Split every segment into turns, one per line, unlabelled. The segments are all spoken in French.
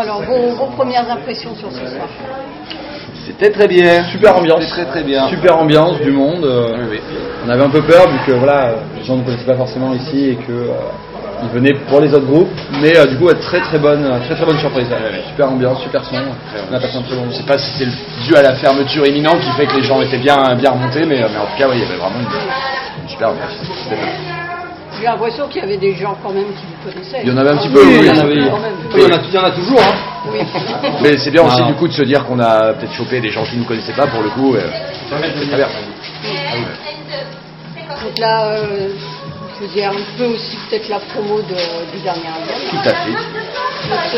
Alors, vos, vos premières impressions sur ce soir
C'était très bien.
Super ambiance.
C'était très très bien.
Super ambiance du monde. euh,
Oui, oui.
On avait un peu peur vu que voilà, les gens ne connaissaient pas forcément ici et que euh, ils venaient pour les autres groupes. Mais euh, du coup, ouais, très très bonne, euh, très très bonne surprise. ouais.
Ouais, ouais.
Super ambiance, super son. On a passé un très bon
Je
moment.
sais pas si c'est le- dû à la fermeture imminente qui fait que les gens étaient bien, bien remontés, mais, mais en tout cas, oui, il y avait vraiment une, une super ambiance. C'était bien.
J'ai l'impression qu'il y avait des gens quand même qui vous connaissaient.
Il y en avait un petit peu, oui,
il y en
un
avait-
peu
oui.
quand même.
il y en a- il y en a toujours. hein.
Oui.
Mais c'est bien aussi
Non.
du coup de se dire qu'on a peut-être chopé des gens qui ne connaissaient pas pour le coup. euh, c'est très bien.
Donc là, euh, je veux dire un peu aussi peut-être la promo de- du dernier album.
Tout à fait.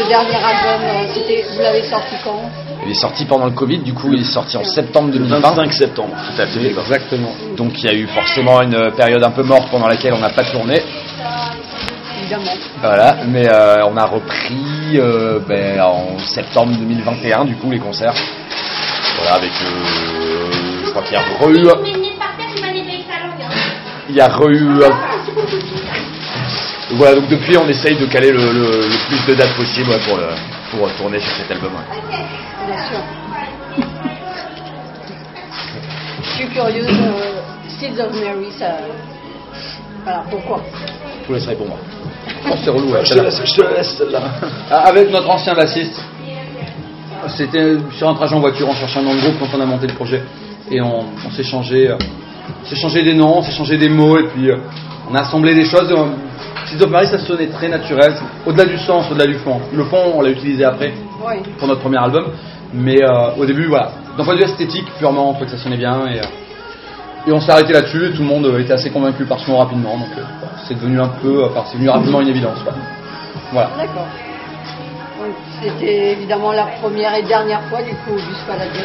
Ce dernier album, euh, c'était, vous l'avez sorti quand
Il est sorti pendant le Covid, du coup il est sorti en septembre 2020.
25
septembre, tout à fait.
Exactement.
Donc il y a eu forcément une période un peu morte pendant laquelle on n'a pas tourné.
Évidemment.
Voilà, mais euh, on a repris euh, ben, en septembre 2021 du coup les concerts. Voilà, avec euh, je crois qu'il y a re eu, il y a re eu voilà donc depuis on essaye de caler le, le- le plus de dates possible ouais, pour le- pour tourner sur cet album. ouais.
Bien sûr. Je suis curieuse. euh, Seeds of Mary, ça. Voilà, pourquoi
Vous laisserez pour moi.
Oh, c'est relou. ouais.
Je te laisse- je te laisse, celle-là.
Ah, Avec notre ancien bassiste, c'était sur un trajet en voiture, on cherchait un nom de groupe quand on a monté le projet. Et on, on s'est changé, euh, on s'est changé des noms, on s'est changé des mots, et puis euh, on a assemblé des choses. Six of Mary, ça sonnait très naturel, au-delà du sens, au-delà du fond. Le fond, on l'a utilisé après
Oui.
pour notre premier album, mais euh, au début, voilà. D'un point de vue esthétique, purement, on trouvait que ça sonnait bien, et, euh, et on s'est arrêté là-dessus, et tout le monde euh, était assez convaincu par ce nom rapidement, donc euh, voilà, c'est devenu un peu, euh, enfin, c'est devenu rapidement une évidence, quoi. Voilà.
D'accord. Donc, C'était évidemment la première et dernière fois du coup du Spaladium.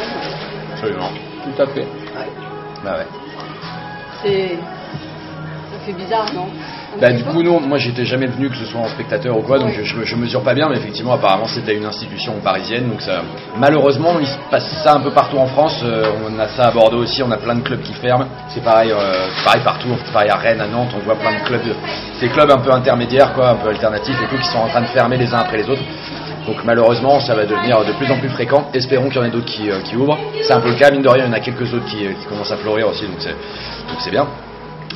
Absolument.
Tout à fait.
Ouais.
Bah ouais.
C'est. Ça fait bizarre, non Un
Bah,
petit
du
peu
coup, non, moi j'étais jamais venu que ce soit en spectateur ou quoi, donc
Ouais.
je, je mesure pas bien, mais effectivement, apparemment c'était une institution parisienne, donc ça. Malheureusement, il se passe ça un peu partout en France, euh, on a ça à Bordeaux aussi, on a plein de clubs qui ferment, c'est pareil, euh, pareil partout, c'est pareil à Rennes, à Nantes, on voit plein de clubs, de- ces clubs un peu intermédiaires, quoi, un peu alternatifs et tout, qui sont en train de fermer les uns après les autres. Donc malheureusement, ça va devenir de plus en plus fréquent. Espérons qu'il y en ait d'autres qui, euh, qui ouvrent. C'est un peu le cas, mine de rien, il y en a quelques autres qui, euh, qui commencent à fleurir aussi, donc c'est donc c'est bien.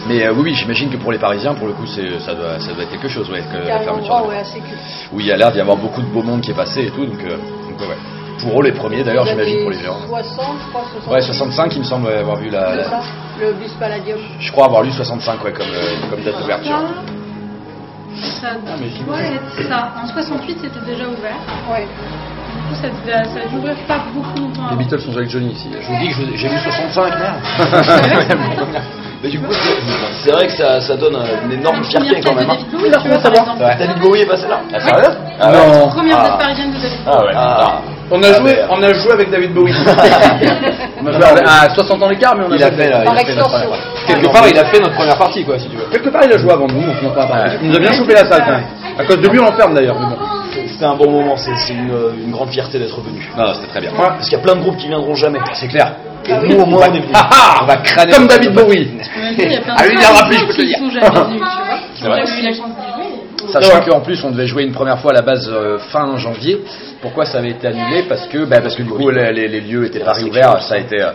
Mais euh, oui, oui, j'imagine que pour les Parisiens, pour le coup, c'est- ça doit, ça doit être quelque chose, ouais, que
Il y a
la
un
fermeture.
endroit où elle s'écule.
Oui, il y a l'air d'y avoir beaucoup de beau monde qui est passé et tout, donc, euh, donc, ouais, ouais. Pour eux, les premiers, d'ailleurs,
Vous
Ah, j'imagine
avez
pour les gens.
60, je crois, 60.
Ouais, 65, il me semble avoir vu la.
C'est
la-
ça, le bus Palladium.
Je crois avoir lu 65, ouais, comme, euh, comme date d'ouverture.
Ça doit être ça. En 68, c'était déjà ouvert.
Ouais.
Du coup, ça devait, ça devait ouvrir pas beaucoup longtemps
Les
avant.
Beatles sont avec Johnny ici.
Je vous dis que je- j'ai vu 65, merde. Mais du coup, c'est- c'est vrai que ça, ça donne euh, une énorme fierté quand même. hein.
Oui, tu veux savoir.
David Bowie est passé là Ah, sérieux
Ah ouais. Non.
Première
Ah.
date parisienne de David.
Ah ouais.
On a,
Ah,
joué,
mais-
on a joué avec David Bowie. on a joué à 60 ans d'écart, mais on
Ah,
a
Il
joué
a
avec-
fait, là, Bah, il
Par
a fait notre
extension. Ah,
première-
Quelque part, il a fait notre
première partie, quoi, si tu veux.
Quelque part, il a joué avant nous, donc on n'a pas parlé. Il nous a bien chopé la salle, quand même. À cause de lui, on l'enferme d'ailleurs. mais bon.
C'était un bon moment, c'est c'est une, euh, une grande fierté d'être venu.
Non, non, c'était très bien.
Parce qu'il y a plein de groupes qui viendront jamais.
Ah,
C'est clair.
Et nous, au moins, on est venus.
Ah ah, on va crâner.
Comme David Bowie.
En même temps, il y a plein de
Ah, lui, il a
gens
rappelé, je peux te
qui
le dire.
sont jamais venus, tu vois.
C'est
Ils ont
vrai.
jamais eu la chance d'y jouer.
Sachant
Ouais.
qu'en plus, on devait jouer une première fois à la base euh, fin janvier. Pourquoi ça avait été annulé Parce que, bah, parce que du coup, les, les- les lieux étaient pas réouverts. Ça a été. euh,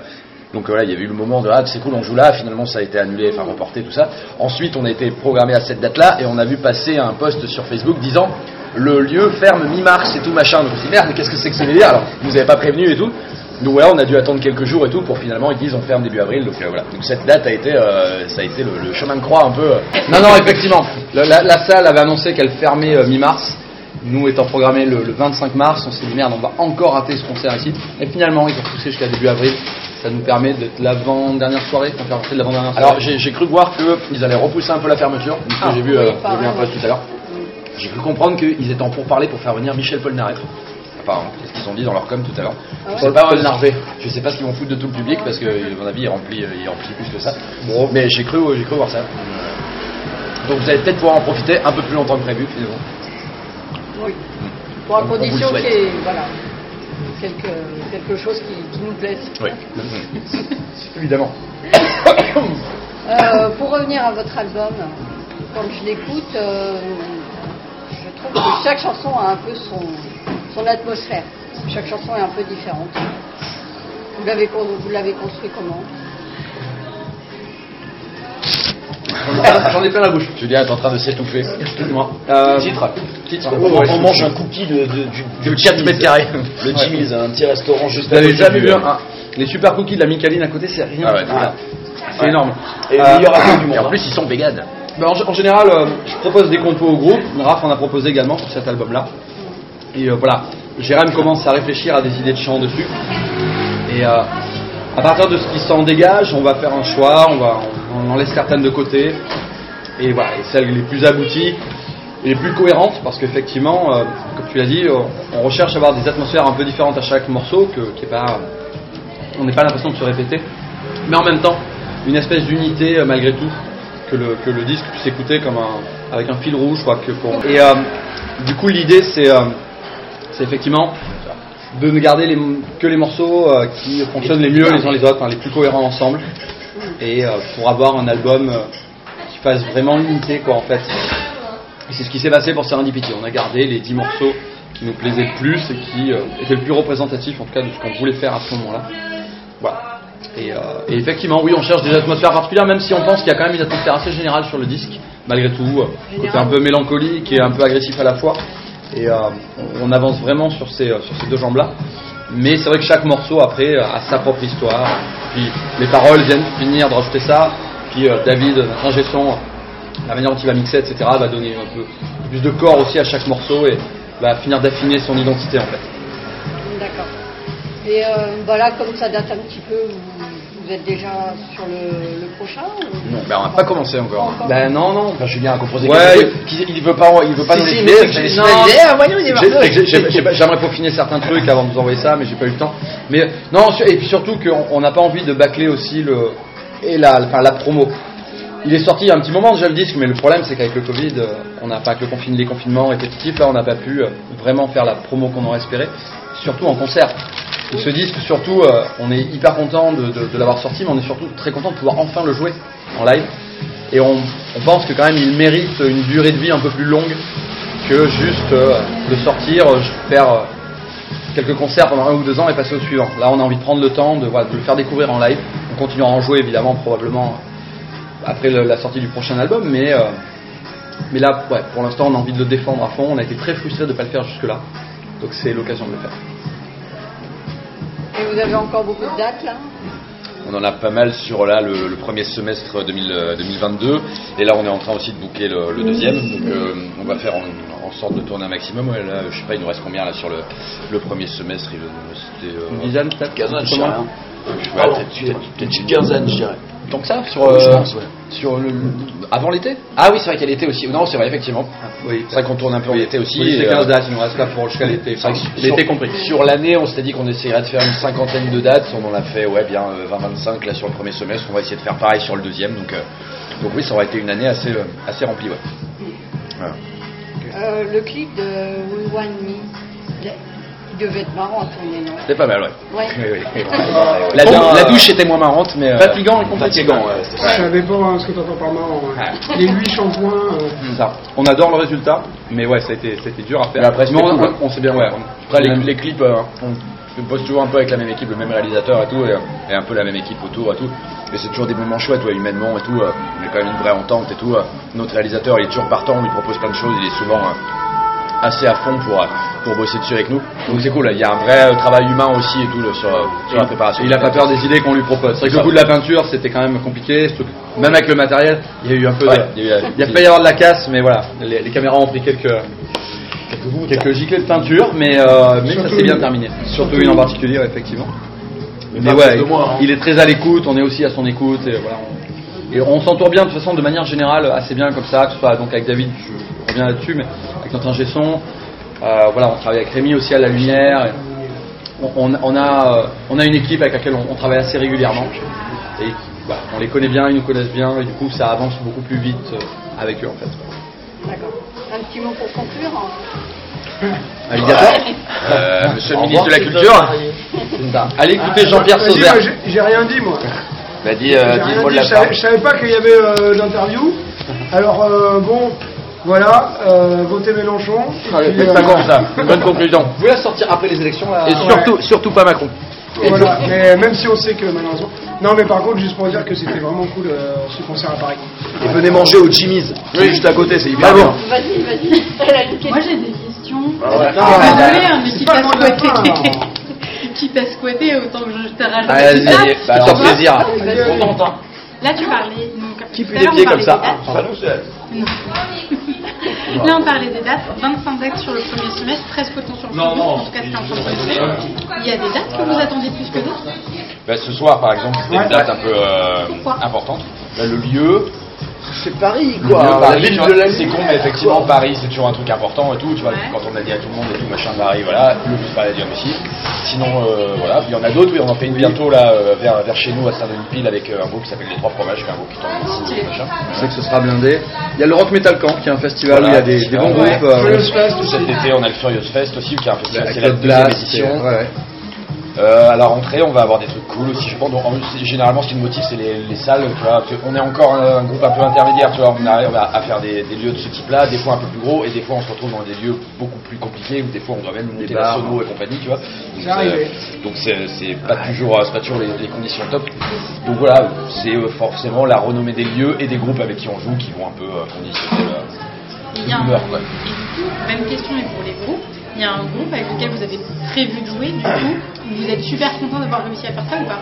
donc voilà, il y avait eu le moment de ah c'est cool on joue là, finalement ça a été annulé, enfin reporté tout ça. Ensuite on a été programmé à cette date-là et on a vu passer un post sur Facebook disant le lieu ferme mi-mars et tout machin. Donc on s'est dit merde mais qu'est-ce que c'est que ce délire Alors ils nous avaient pas prévenu et tout. Donc voilà on a dû attendre quelques jours et tout pour finalement ils disent on ferme début avril. Donc euh, voilà. Donc cette date a été euh, ça a été le, le chemin de croix un peu. euh.
Non, non, effectivement. La, la- la salle avait annoncé qu'elle fermait euh, mi-mars. Nous étant programmés le, le 25 mars, on s'est dit merde, on va encore rater ce concert ici. Et finalement, ils ont poussé jusqu'à début avril. Ça nous permet d'être l'avant-dernière soirée, qu'on fait rentrer de l'avant-dernière soirée.
Alors j'ai j'ai cru voir qu'ils allaient repousser un peu la fermeture, parce que
Ah,
j'ai vu, euh,
oui, pareil.
j'ai vu un post tout à l'heure. J'ai cru comprendre qu'ils étaient en pourparlers pour faire venir Michel Polnareff. Apparemment, c'est ce qu'ils ont dit dans leur com tout à l'heure.
Ah ouais
je, sais pas, euh,
Polnareff.
je sais pas ce qu'ils vont foutre de tout le public parce que, à mon avis, il remplit, il remplit plus que ça. Mais j'ai cru, j'ai cru voir ça. Donc vous allez peut-être pouvoir en profiter un peu plus longtemps que prévu finalement.
Oui. Pour la
Mm. On- on vous le
condition
souhaite.
qu'il y ait voilà, quelque, quelque chose qui, qui nous plaise.
Oui. Mm-hmm. Mmh.
Euh, pour revenir à votre album, quand je l'écoute, euh, je trouve que chaque chanson a un peu son, son atmosphère. Chaque chanson est un peu différente. Vous l'avez, con- vous l'avez construit comment
Ah, J'en ai plein la bouche.
Julien est en train de s'étouffer.
Excuse-moi. Euh,
Titre.
Titre.
On,
Ouais,
on
je-
mange un cookie de, de- du,
Du 4 mètres carrés.
Le
Ouais.
Jimmy's, un petit restaurant juste
Vous
à
avez
côté
jamais
du-
vu un-
hein.
un- les super cookies de la Micaline à côté, c'est rien.
Ah ouais,
Ah, c'est énorme.
Et le
Euh,
meilleur accueil du
Et en
monde.
plus, ils sont véganes.
Ben, en, en général, euh, je propose des compos au groupe. Raph en a proposé également pour cet album-là. Et euh, voilà, Jérém commence à réfléchir à des idées de chant dessus. Et euh, à partir de ce qui s'en dégage, on va faire un choix, on, va, on, on en laisse certaines de côté. Et voilà, et celles les plus abouties et les plus cohérentes, parce qu'effectivement, euh, comme tu l'as dit, euh, on recherche à avoir des atmosphères un peu différentes à chaque morceau, que, qui est pas, on n'ait pas l'impression de se répéter. Mais en même temps, une espèce d'unité euh, malgré tout, que le, que le disque puisse écouter comme un, avec un fil rouge. Quoi, que, qu'on- Et euh, du coup, l'idée, c'est euh, c'est effectivement de ne garder les, que les morceaux euh, qui fonctionnent les mieux les uns les autres, hein, les plus cohérents ensemble, et euh, pour avoir un album euh, qui fasse vraiment l'unité, quoi, en fait. Et c'est ce qui s'est passé pour Serendipity. On a gardé les 10 morceaux qui nous plaisaient le plus et qui euh, étaient le plus représentatifs, en tout cas, de ce qu'on voulait faire à ce moment-là. Voilà. Et, euh, et effectivement, oui, on cherche des atmosphères particulières, même si on pense qu'il y a quand même une atmosphère assez générale sur le disque, malgré tout, euh, côté un peu mélancolique et un peu agressif à la fois. Et euh, on on avance vraiment sur ces, euh, sur ces deux jambes-là. Mais c'est vrai que chaque morceau, après, euh, a sa propre histoire. Puis les paroles viennent finir de rajouter ça. Puis euh, David, notre ingé son, euh, la manière dont il va mixer, etc., va donner un peu plus de corps aussi à chaque morceau et va finir d'affiner son identité, en fait.
D'accord. Et euh, bah là, comme ça date un petit peu, vous, vous êtes déjà sur le, le prochain ou-
Non, ben, on n'a pas commencé encore.
Encore
Ben non, non.
Enfin, Julien a composé
Ouais,
quelque
il-
chose qu'il- il veut pas, il veut pas
Si,
nous
si,
laisser.
mais c'est hein, que
Je
j'ai-
l'ai-
non.
je l'ai- eh, voyons, il est
J'ai-
parti.
j'ai- j'ai- j'ai- J'aimerais peaufiner certains trucs avant de vous envoyer ça, mais j'ai pas eu le temps. Mais euh, non, sur- et puis surtout qu'on on n'a pas envie de bâcler aussi le et la, enfin, la promo. Il est sorti il y a un petit moment déjà le disque, mais le problème c'est qu'avec le Covid, euh, on n'a pas que le confine- les confinements répétitifs, là on n'a pas pu euh, vraiment faire la promo qu'on aurait espéré, surtout en concert. Et ce disque, surtout, euh, on est hyper content de, de- de l'avoir sorti, mais on est surtout très content de pouvoir enfin le jouer en live. Et on, on pense que quand même il mérite une durée de vie un peu plus longue que juste euh, le sortir, euh, faire euh, quelques concerts pendant un ou deux ans et passer au suivant. Là, on a envie de prendre le temps de, voilà, de le faire découvrir en live. On continuera à en jouer évidemment, probablement après le- la sortie du prochain album, mais, euh, mais là, ouais, pour l'instant, on a envie de le défendre à fond. On a été très frustrés de ne pas le faire jusque-là, donc c'est l'occasion de le faire.
Et vous avez encore beaucoup de dates là
On en a pas mal sur là le, le premier semestre 2000, euh, 2022 et là on est en train aussi de bouquer le, le deuxième donc euh, on va faire en, en sorte de tourner un maximum ouais, là je sais pas il nous reste combien là sur le, le premier semestre il, c'était
Une
euh,
dizaine peut-être
Quinzaine, je sais
comment
rien.
ouais,
Ah,
peut-être-
peut-être- Peut-être une quinzaine, je dirais.
tant que ça sur,
Ouais, je
euh,
pense, ouais.
sur le, le- avant l'été ah oui c'est vrai qu'il y a l'été aussi non c'est vrai effectivement
Oui,
c'est vrai qu'on tourne un peu en été aussi
Oui, c'est
et,
15
euh,
dates, il nous reste là pour jusqu'à l'été.
C'est vrai que sur-
L'été compris.
Sur l'année, on s'était dit qu'on essaierait de faire une cinquantaine de dates. On en a fait ouais, bien euh, 20-25 là sur le premier semestre. On va essayer de faire pareil sur le deuxième. Donc, euh, donc oui, ça aurait été une année assez, euh, assez remplie. ouais. Voilà.
Euh, Le clip de We Want Me, il devait être marrant à tourner, non
C'était pas mal, ouais.
Ouais.
Oui, oui, oui. La,
Bon,
dou- la
euh,
douche était moins marrante, mais. euh,
Fatigant et compatible.
Fatigant, ouais, c'était
Ouais.
Ça dépend hein, ce que t'entends par marrant. hein. Les huit shampoings. euh,
Ça. On adore le résultat, mais ouais, ça a été, ça a été dur à faire.
Mais après, c'était
on,
cool, ouais.
on- on s'est bien, hein. ouais. on-
Après, les,
on aime-
les clips, euh, on bosse toujours un peu avec la même équipe, le même réalisateur et tout, et, euh, et un peu la même équipe autour et tout. Et c'est toujours des moments chouettes, ouais, humainement et tout. euh, on est quand même une vraie entente et tout. euh. notre réalisateur, il est toujours partant, on lui propose plein de choses, il est souvent euh, assez à fond pour, euh, pour bosser dessus avec nous. Donc c'est cool, il y a un vrai euh, travail humain aussi et tout là, sur, euh, sur la préparation.
Il a pas peur des idées qu'on lui propose. C'est vrai que
Ça.
le coup de la peinture, c'était quand même compliqué. surtout que Même avec le matériel, il y a eu un peu
Ouais,
de.
il y a eu, euh,
Il y a pas y avoir de la casse, mais voilà. Les, les caméras ont pris quelques. Quelques giclées de peinture, mais, euh, mais ça
Surtout
s'est bien
une.
terminé. Surtout
Surtout
une en
une.
particulier, ouais, effectivement. Mais
pas
ouais,
plus de moi, hein.
il est très à l'écoute, on est aussi à son écoute, et voilà. on- Et on s'entoure bien de toute façon de manière générale assez bien comme ça, que ce soit donc avec David, je reviens là-dessus, mais avec notre ingé son, euh, voilà, on travaille avec Rémi aussi à la lumière. et- on, on- on a, euh, on a une équipe avec laquelle on, on travaille assez régulièrement. Et voilà, on les connaît bien, ils nous connaissent bien, et du coup ça avance beaucoup plus vite euh, avec eux en fait.
D'accord. Un petit mot pour conclure hein.
Alligator
Euh, monsieur le
Au
ministre de
revoir,
la Culture,
Allez écouter Jean-Pierre
vas-y, moi,
Sauzère.
Euh, j'ai- J'ai rien dit moi.
bah, dis,
J'ai
euh,
rien
dis-moi de
dit,
la
je
part.
savais, je savais pas qu'il y avait euh, d'interview. Alors euh, bon, Voilà, euh, votez Mélenchon.
Ah,
et
Allez,
puis,
faites
euh,
ça comme ça. Une bonne conclusion.
Vous la sortir après les élections là
Et surtout, surtout pas Macron.
Voilà, mais même si on sait que malheureusement. Non, mais par contre, juste pour dire que c'était vraiment cool euh, ce concert à Paris.
Et venez manger au Jimmy's, qui est juste à côté, c'est hyper
Ah bon
bien.
Vas-y, vas-y. Elle a une question.
Moi j'ai des questions.
ouais.
Ah,
Ah,
désolé,
là,
hein, mais
c'est
quitte
pas
à
loin de la fin,
squatter.
alors.
Quitte à squatter, autant que je te rajoute.
Allez,
une table.
allez, bah, alors,
Tu vois
plaisir.
Allez, allez.
Là tu parlais. Donc,
Qui
tout
pue
à
des
l'heure, on
pieds comme
parlait
ça
des dates.
Ah,
Non. Là, on parlait des dates. 25 dates sur le premier semestre, 13 potents sur le second. En tout cas, c'était en train de se Il y a des dates que vous attendez plus que d'autres
Bah, ce soir, par exemple, c'était une date un peu euh,
Pourquoi
importante. Bah, le lieu,
C'est Paris,
le lieu,
quoi. La
Paris,
ville
tu vois,
de la
c'est
lumière,
con, mais effectivement,
quoi.
Paris, c'est toujours un truc important et tout. Tu vois,
Ouais.
quand on a dit à tout le monde et tout, machin, Paris, voilà, le bus paladien aussi. Sinon, euh, voilà, Puis il y en a d'autres, oui, on en fait une bientôt là, euh, vers, vers chez nous à Saint-Denis-Pile avec euh, un groupe qui s'appelle Les Trois Fromages, qui est un groupe qui tourne ici,
Stylé.
machin.
Je sais que ce sera blindé. Il y a le Rock Metal Camp qui est un festival
Voilà,
où il y a des, des bons
ouais.
groupes. euh,
Furious Fest aussi.
Cet été, on a le Furious Fest aussi, qui est un festival,
avec
c'est la
Claude
deuxième
Blast,
édition.
et- ouais.
Euh, à la rentrée, on va avoir des trucs cool aussi, je pense. Donc, en- c'est- généralement, ce qui nous motive, c'est les, les salles. Tu vois, parce que on est encore un, un groupe un peu intermédiaire. Tu vois, on arrive à, à faire des, des lieux de ce type-là, des fois un peu plus gros, et des fois on se retrouve dans des lieux beaucoup plus compliqués, où des fois on doit même monter la
bars.
sono et compagnie. Tu vois. Donc,
C'est arrivé.
euh, donc c'est c'est pas toujours, euh, c'est pas toujours les, les conditions top. Donc voilà, c'est euh, forcément la renommée des lieux et des groupes avec qui on joue qui vont un peu euh, conditionner
Il y a
euh,
un-
l'humeur. quoi.
Et du coup, même question et pour les groupes. Il y a un groupe avec lequel vous avez prévu de jouer, du coup, vous êtes super content d'avoir réussi à faire ça ou pas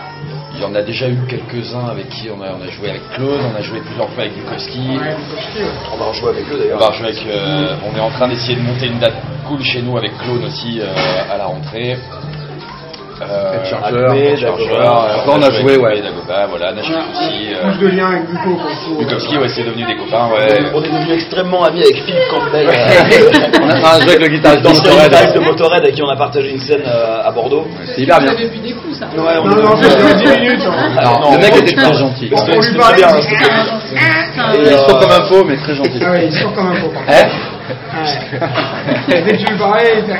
Il y en a déjà eu quelques-uns avec qui on a, on a joué avec Claude, on a joué plusieurs fois avec Bukowski.
On va en jouer avec eux
On
d'ailleurs.
Bah,
va rejouer avec, euh, on est en train d'essayer de monter une date cool chez nous avec Claude aussi euh, à la rentrée. Euh,
Et Chargeur,
Acme,
Dagoba.
Chargeur, euh,
Encore, on a joué, ouais.
Acme, Dagoba, voilà, Nashville aussi. euh,
Plus de lien avec Buco. quoi, faut-
Bukowski, ouais, c'est devenu des copains, ouais.
On est devenus extrêmement amis avec Philippe Campbell.
on a un jeu avec le guitariste
Dans
de
ce
Motorhead.
live de Motorhead à qui on a partagé une scène euh, à Bordeaux.
C'est hyper
Vous
bien.
avez vu des coups, ça.
Ouais,
Non, non, juste
euh,
les 10 minutes. hein.
Alors,
Non,
le mec
on-
était très gentil.
on-
On
euh, c'était
lui parlait.
bien,
Ah,
c'était-
C'est un-
Et,
Il
euh,
sort comme un faux, mais très gentil.
ouais, il sort comme un pauvre.
Hein
Ouais. Dès que tu lui parlais, il fait.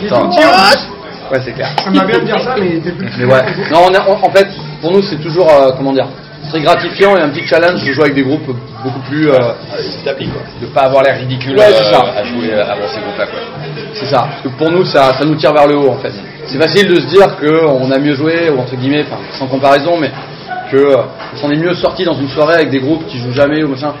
Il est tout
Attends.
petit, hein.
Ouais, c'est clair.
Ça m'a bien de dire ça, mais il était plus petit.
Mais ouais. Non, on a- on- en fait, pour nous, c'est toujours, euh, comment dire, très gratifiant et un petit challenge de jouer avec des groupes beaucoup plus. euh,
Ah, il s'établit, quoi.
De pas avoir l'air ridicule
Ouais,
euh,
c'est ça.
à jouer avant ces groupes-là, quoi.
c'est ça. Parce que pour nous, ça, ça nous tire vers le haut, en fait. C'est facile de se dire qu'on a mieux joué, ou entre guillemets, enfin, sans comparaison, mais que euh, on s'en est mieux sorti dans une soirée avec des groupes qui jouent jamais ou machin.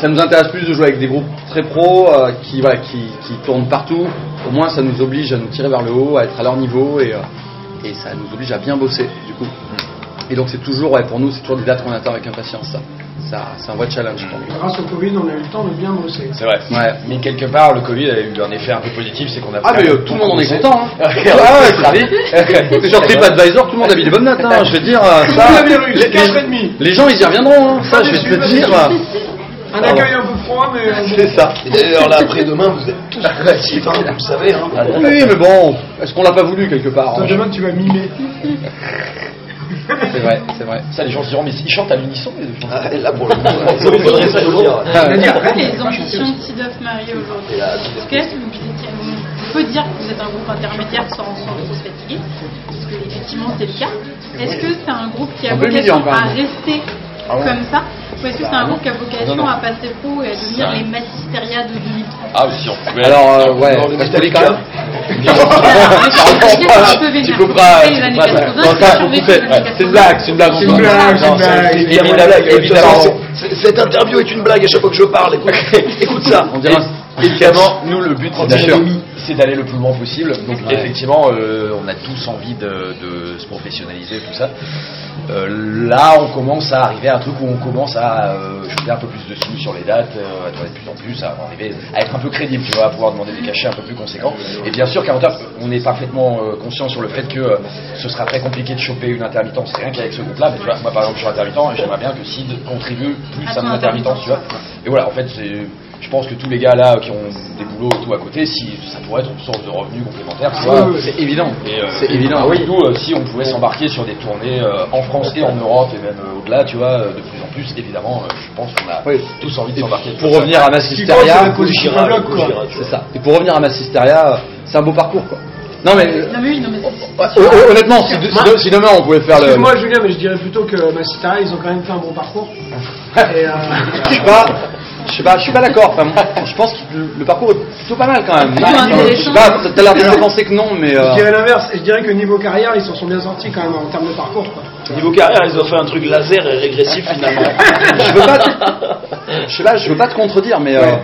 Ça nous intéresse plus de jouer avec des groupes très pros euh, qui, voilà, qui, qui tournent partout. Au moins, ça nous oblige à nous tirer vers le haut, à être à leur niveau et, euh, et ça nous oblige à bien bosser du coup. Et donc, c'est toujours, ouais, pour nous, c'est toujours des dates qu'on attend avec impatience. Ça, ça c'est un vrai challenge. pour nous.
Grâce au Covid, on a eu le temps de bien bosser.
C'est vrai.
Ouais.
Mais quelque part, le Covid a eu un effet un peu positif, c'est qu'on a
Ah
pris
mais
un
euh,
peu de
tout le
temps
monde en est
pour
content. Hein.
bosser.
Ouais, ouais, je ravi. Sur TripAdvisor, tout le monde a mis des bonnes notes. Hein. Je veux dire, euh, ça,
Tout le virus,
les,
quatre et
les,
demi.
les gens, ils y reviendront. Hein. Ça, je vais
déçu,
te
pas
dire.
Un accueil un peu froid, mais. euh,
C'est ça.
Et d'ailleurs, là, après-demain, vous êtes tous créatifs, hein, vous le savez. Hein.
Oui, mais bon, est-ce qu'on l'a pas voulu quelque part
Toi,
hein
demain, tu vas mimer.
C'est vrai, c'est vrai.
Ça, les gens se diront, mais ils chantent à l'unisson, les deux
Ah, là, pour le coup, euh, il faudrait ça vous dire.
Ah,
C'est quoi les ambitions de Seed of Marie aujourd'hui
Et là,
Parce que là, vous dites- on peut dire que vous êtes un groupe intermédiaire sans, sans trop se fatiguer, parce que effectivement c'est le cas. Est-ce que c'est un groupe qui a
Un peu
vocation
humiliant, quand
à
même.
rester
ouais.
comme ça Ou est-ce que c'est un groupe qui a vocation
Non, non.
à passer pro et à devenir
Ça.
les Massisteria de 2030
Ah, si on pouvait.
Alors, euh, ouais,
Dans le
parce que les
Metallica.
gars. Tu couperas, tu couperas, ouais. Non, ça, faut couper, ouais. C'est une blague, c'est une blague.
C'est une blague, c'est une blague.
Évidemment, évidemment.
C'est- Cette interview est une blague à chaque fois que je parle. Écoute, écoute ça.
On dirait
Et- Évidemment, nous le but c'est
Bien sûr.
d'aller- c'est d'aller le plus loin possible. Donc effectivement, euh, on a tous envie de, de se professionnaliser, tout ça. Euh, là, on commence à arriver à un truc où on commence à euh, jeter un peu plus de sous sur les dates, euh, à travailler de plus en plus, à arriver à être un peu crédible, tu vois, à pouvoir demander des cachets un peu plus conséquents. Et bien sûr, 40 heures, on est parfaitement euh, conscient sur le fait que euh, ce sera très compliqué de choper une intermittence, rien qu'avec ce groupe-là. Mais tu vois, moi par exemple, je suis intermittent et j'aimerais bien que Sid contribue plus
À
à
ton
mon intermittence, tu vois.
intermittence.
Et voilà, en fait, c'est- je pense que tous les gars là qui ont des boulots et tout à côté, si ça pourrait être une source de revenus complémentaire, tu vois.
Ah C'est évident.
Et, euh,
C'est
et
évident.
donc, Du coup, euh, si on pouvait s'embarquer sur des tournées euh, en France et en Europe et même euh, au-delà, tu vois, euh, de plus en plus, évidemment, euh, je pense qu'on a
Oui.
tous envie de s'embarquer.
Pour revenir à ma
Tu crois que c'est
Massisteria,
la cause du
Gérard,
Gérard,
Gérard,
quoi.
Gérard, tu
c'est
vois.
ça. Et pour revenir à Massisteria, euh, c'est un beau parcours, quoi. Non mais euh,
Non mais oui, non mais
ouais, hon- honnêtement, si, de- si de- si demain on pouvait faire le,
Excuse-moi,
Ah.
Julien, mais je dirais plutôt que Massitaria, ils ont quand même fait un bon parcours. Et, euh,
je sais pas, Je sais pas, je suis pas d'accord. Enfin, moi, je pense que le- le parcours est plutôt pas mal quand même. euh,
Plutôt intéressant.
Je sais pas, t'as l'air de penser que non, mais. euh,
Je dirais l'inverse, je dirais que niveau carrière, ils s'en sont bien sortis quand même en termes de parcours. Quoi.
Niveau carrière, ils ont fait un truc laser et régressif finalement.
je veux pas te... je sais pas, je veux pas te contredire mais euh,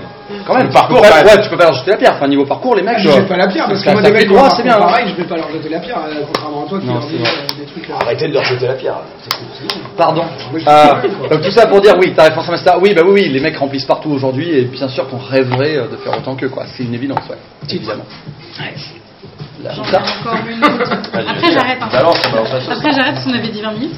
quand même
parcours,
tu peux pas,
quand même.
ouais, tu peux pas leur jeter la pierre enfin niveau parcours les
Ah,
mecs
Je
euh,
jette pas la pierre, parce que
ça-
moi,
ça
des
fait
mecs qui ont
droit,
un
c'est
parcours
bien hein.
pareil, je vais pas leur jeter la pierre, euh, contrairement à toi qui
Non,
leur
c'est
dis
vrai.
euh, des trucs là.
Arrêtez de leur jeter la pierre.
pardon Euh, donc tout ça pour dire oui ta référence à Master oui bah oui oui les mecs remplissent partout aujourd'hui et bien sûr qu'on rêverait euh, de faire autant qu'eux quoi c'est une évidence ouais évidemment
oh,
Là,
J'en ai
ça
encore une autre. Après, j'arrête. hein.
Balance, balance la sauce.
Après, j'arrête parce qu'on avait dit 20 minutes.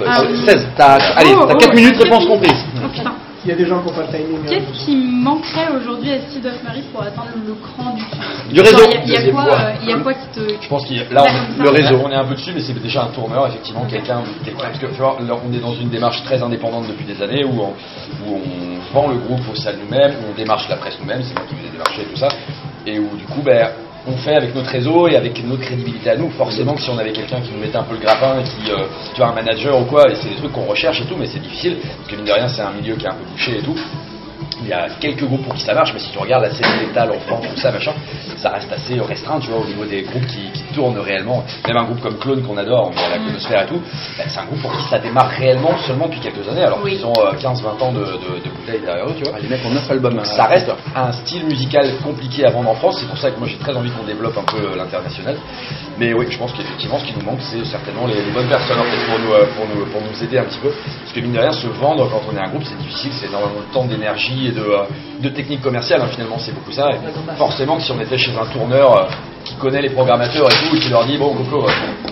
Bah,
Ah,
c'est-
oui.
16 t'as- allez
Oh,
t'as
oh,
4 minutes
quatre
réponse
minutes.
comprise
Oh putain.
Il y a des gens qui ont pas le timing. hein.
Qu'est-ce qui manquerait aujourd'hui à Steve of Mary pour atteindre le cran du succès
Du réseau.
Genre, Il y, a- il y a quoi, euh, il y a quoi Bah, qui te.
Je pense qu'il y a- là
Là,
on,
comme ça.
le réseau on est un peu dessus mais c'est déjà un tourneur effectivement quelqu'un quelqu'un- parce que tu vois, là, on est dans une démarche très indépendante depuis des années où on, où on vend le groupe aux salles nous-mêmes où on démarche la presse nous-mêmes c'est moi qui vous ai démarché et tout ça et où du coup ben on fait avec notre réseau et avec notre crédibilité à nous forcément que si on avait quelqu'un qui nous mettait un peu le grappin et qui euh, tu vois un manager ou quoi et c'est des trucs qu'on recherche et tout mais c'est difficile parce que mine de rien c'est un milieu qui est un peu bouché et tout il y a quelques groupes pour qui ça marche, mais si tu regardes la scène métal en France, tout ça, machin, ça reste assez restreint, tu vois, au niveau des groupes qui, qui tournent réellement. Même un groupe comme Clone qu'on adore, on a la Clonosphère et tout, bah, c'est un groupe pour qui ça démarre réellement seulement depuis quelques années, alors
Oui.
qu'ils ont euh, 15-20 ans de, de, de bouteilles derrière eux, tu vois.
Ah, les mecs ont 9 albums
Donc, ça reste un style musical compliqué à vendre en France, c'est pour ça que moi j'ai très envie qu'on développe un peu euh, l'international. Mais oui, je pense qu'effectivement ce qui nous manque c'est certainement les, les bonnes personnes en fait, pour, nous, euh, pour, nous, pour nous aider un petit peu. Parce que mine de rien, se vendre quand on est un groupe c'est difficile, c'est énormément de temps, d'énergie et de, euh, de technique commerciale, hein, finalement c'est beaucoup ça. Et forcément que si on était chez un tourneur euh, qui connaît les programmateurs et tout, et qui leur dit bon Coco, euh,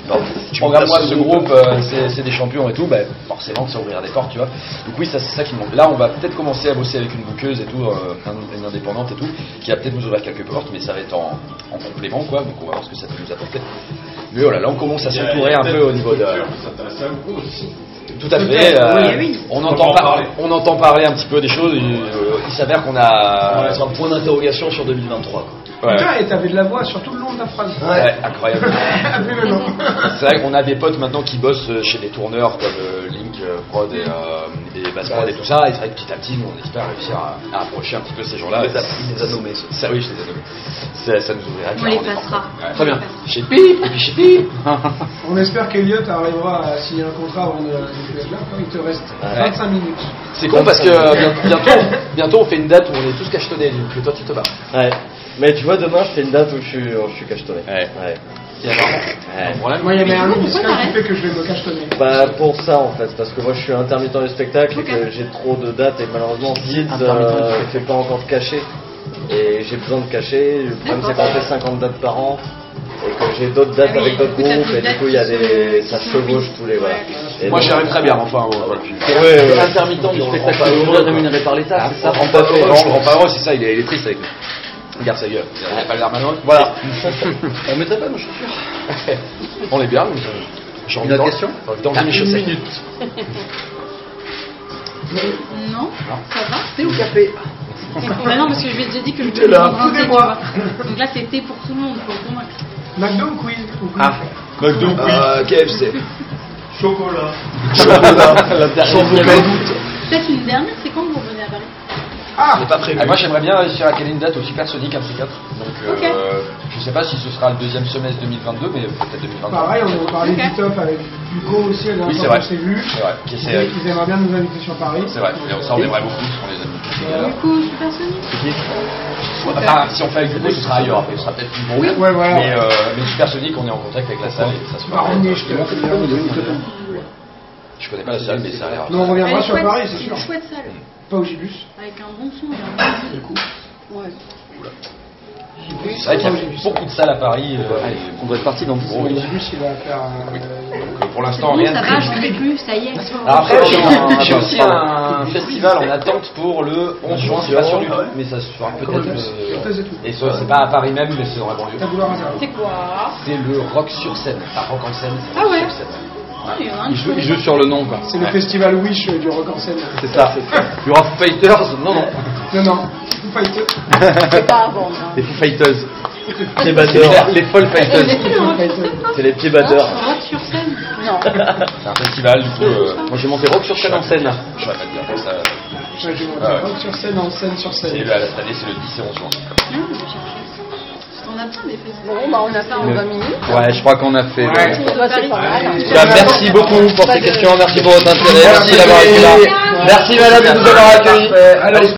non, tu programmes-moi ce groupe, euh, c'est- c'est des champions et tout, ben, forcément que ça ouvrirait des portes, tu vois. Donc oui, ça c'est ça qui me manque. Là, on va peut-être commencer à bosser avec une bouqueuse et tout, euh, un- une indépendante et tout, qui va peut-être nous ouvrir quelques portes, mais ça va être en, en complément, quoi. Donc on va voir ce que ça peut nous apporter. Mais voilà, là on commence à s'entourer un peu au niveau de. Tout à fait. euh,
oui.
On entend par- on entend parler un petit peu des choses. et, euh, il s'avère qu'on a.
c'est un point d'interrogation sur 2023. quoi.
Ouais.
Putain, et t'avais de la voix sur tout le long de la phrase.
Ouais, incroyable.
Plus maintenant.
C'est vrai qu'on a des potes maintenant qui bossent euh, chez des tourneurs comme euh, Link euh, Prod et, euh, et Bass Prod et tout ça. Et c'est vrai que petit à petit, nous, on espère réussir à, à approcher un petit peu ces gens-là.
Il les a- il les a nommés, ceux-ci.
Ça, oui, je les ai nommés. Ça, ça nous ouvrira.
On les
clairement des
passera.
portes.
On
Très
les
bien.
passera.
Chez Pip, et puis chez Pip.
On espère qu'Eliott arrivera à signer un contrat avant de de- de- là. quoi. Il te reste 25 minutes.
C'est con parce que euh, bien- bientôt, bientôt, on fait une date où on est tous cachetonnés. Donc toi, tu te bats.
Ouais. Mais tu vois, demain, je fais une date où je suis, je suis cachetonné.
Ouais.
Ouais.
Il y a vraiment
Ouais.
un problème.
Moi, il y avait un
pourquoi
fiscal qui
t'arrêtes
fait que je vais me cachetonner.
Bah, pour ça, en fait, parce que moi, je suis intermittent du spectacle et que j'ai trop de dates et malheureusement, Dids euh, fait pas encore de cachet. Et j'ai besoin de cachet. Le problème, c'est qu'on fait 50 dates par an et que j'ai d'autres dates
Ah oui,
avec d'autres
du coup, t'as
groupes
des
et du
dates
coup, il y a
qui
des.
se-
ça
qui se
chevauche
mixent.
tous les. Ah, Voilà.
Ouais.
Et
Moi,
donc-
j'y arrive très bien. Enfin, euh, voilà.
Ouais, ouais, ouais.
Intermittent du spectacle
Pas heureux,
heureux,
rémunéré par l'État, c'est ça
On rend pas heureux, on rend pas heureux, c'est ça. Il est, il est triste avec nous. Regarde sa gueule. Il a pas l'air malheureux. Voilà.
On mettrait pas nos chaussures
On est bien. nous, euh, J'ai envie
Une autre
d'en-
question
Dans une chaussette.
Non, ça va
au café
Bah non, parce que je lui ai déjà dit que je
T'es
voulais
là,
le convaincre, tu
aidez-moi.
vois. Donc là, c'était pour tout le monde, pour le convaincre.
McDo ou Quiz ou Quiz
ah
McDo,
Euh, KFC.
Peut-être une dernière, c'est quand vous revenez à Paris
Ah,
C'est pas prévu.
moi j'aimerais bien réussir à caler une date au Supersonic 1 c 4 Donc euh, je sais pas si ce sera le deuxième semestre 2022 mais peut-être 2023.
Pareil, on en parlait
Ok.
du top avec Hugo aussi, la
Oui,
dernière
c'est
fois
vrai.
qu'on s'est vu.
C'est vrai. Qui- C'est
Ils aimeraient bien nous inviter sur Paris.
c'est vrai. Et on s'en reviendrait beaucoup parce qu'on les aime tous, ces gars-là.
Euh,
Du coup, Super Sonic
Enfin, si on fait avec Hugo, ce sera ailleurs après, ce sera peut-être plus bon.
Ouais, voilà.
Mais, euh, mais Supersonic, on est en contact avec la salle et ça se
Bah,
fera.
on y est, je te le
Je connais pas la salle, mais ça a l'air.
Non, on reviendra
Elle est
sur
chouette,
Paris, c'est sûr.
Une chouette salle,
Pas au Gibus.
avec un bon son et un bon son.
Ouais.
C'est vrai qu'il y a beaucoup de salles à Paris. euh, et-
on doit être parti dans
Au
le
Gibus, il va faire. euh, un-
Donc, pour
C'est
l'instant,
bon,
rien
ça
de
va,
prévu.
j'en ai plus, ça y est. Ah
Alors après,
Pardon,
j'ai
pardon,
j'ai aussi
pardon.
un festival en attente pour le 11 juin, c'est pas sûr du tout, mais ça se fera peut-être.
Comme
euh,
ça, c'est tout.
Et ça, c'est pas à Paris même, mais c'est dans la banlieue.
T'as voulu réserver.
C'est quoi
C'est le rock sur scène, pas rock en scène. c'est
Ah
rock
ouais.
sur scène.
Ah, Il y en a un
il
qui
joue, il joue sur le nom quoi
C'est le festival Wish euh, du rock en scène.
c'est ça il y aura Foo Fighters non non
Non, non, Foo Fighters.
C'est pas à vendre. hein.
les Foo Fighters
Pieds
les,
batteurs.
les folles
C'est
Fighters
le rock sur scène, toi
C'est les pieds
Non,
batteurs.
le rock sur scène.
Non.
C'est un festival, du coup, euh,
moi j'ai monté rock sur scène en scène
je vais pas te dire comme ça. Riche.
Ouais, je vais vous
Ah ouais.
dire, rock sur scène, en scène sur
C'est
scène.
le- cette année, c'est le 10 et 11 juin.
Non, je cherchais. On a plein des Facebook.
Bon, bah, on a fait en 20 minutes.
Ouais, je crois qu'on a fait. le-
Ouais.
Bah, c'est pas mal.
Bah, merci beaucoup pour ces questions, merci pour votre intérêt, merci d'avoir été là. Merci madame de nous avoir accueillis.
Parfait. Alors,
Allez,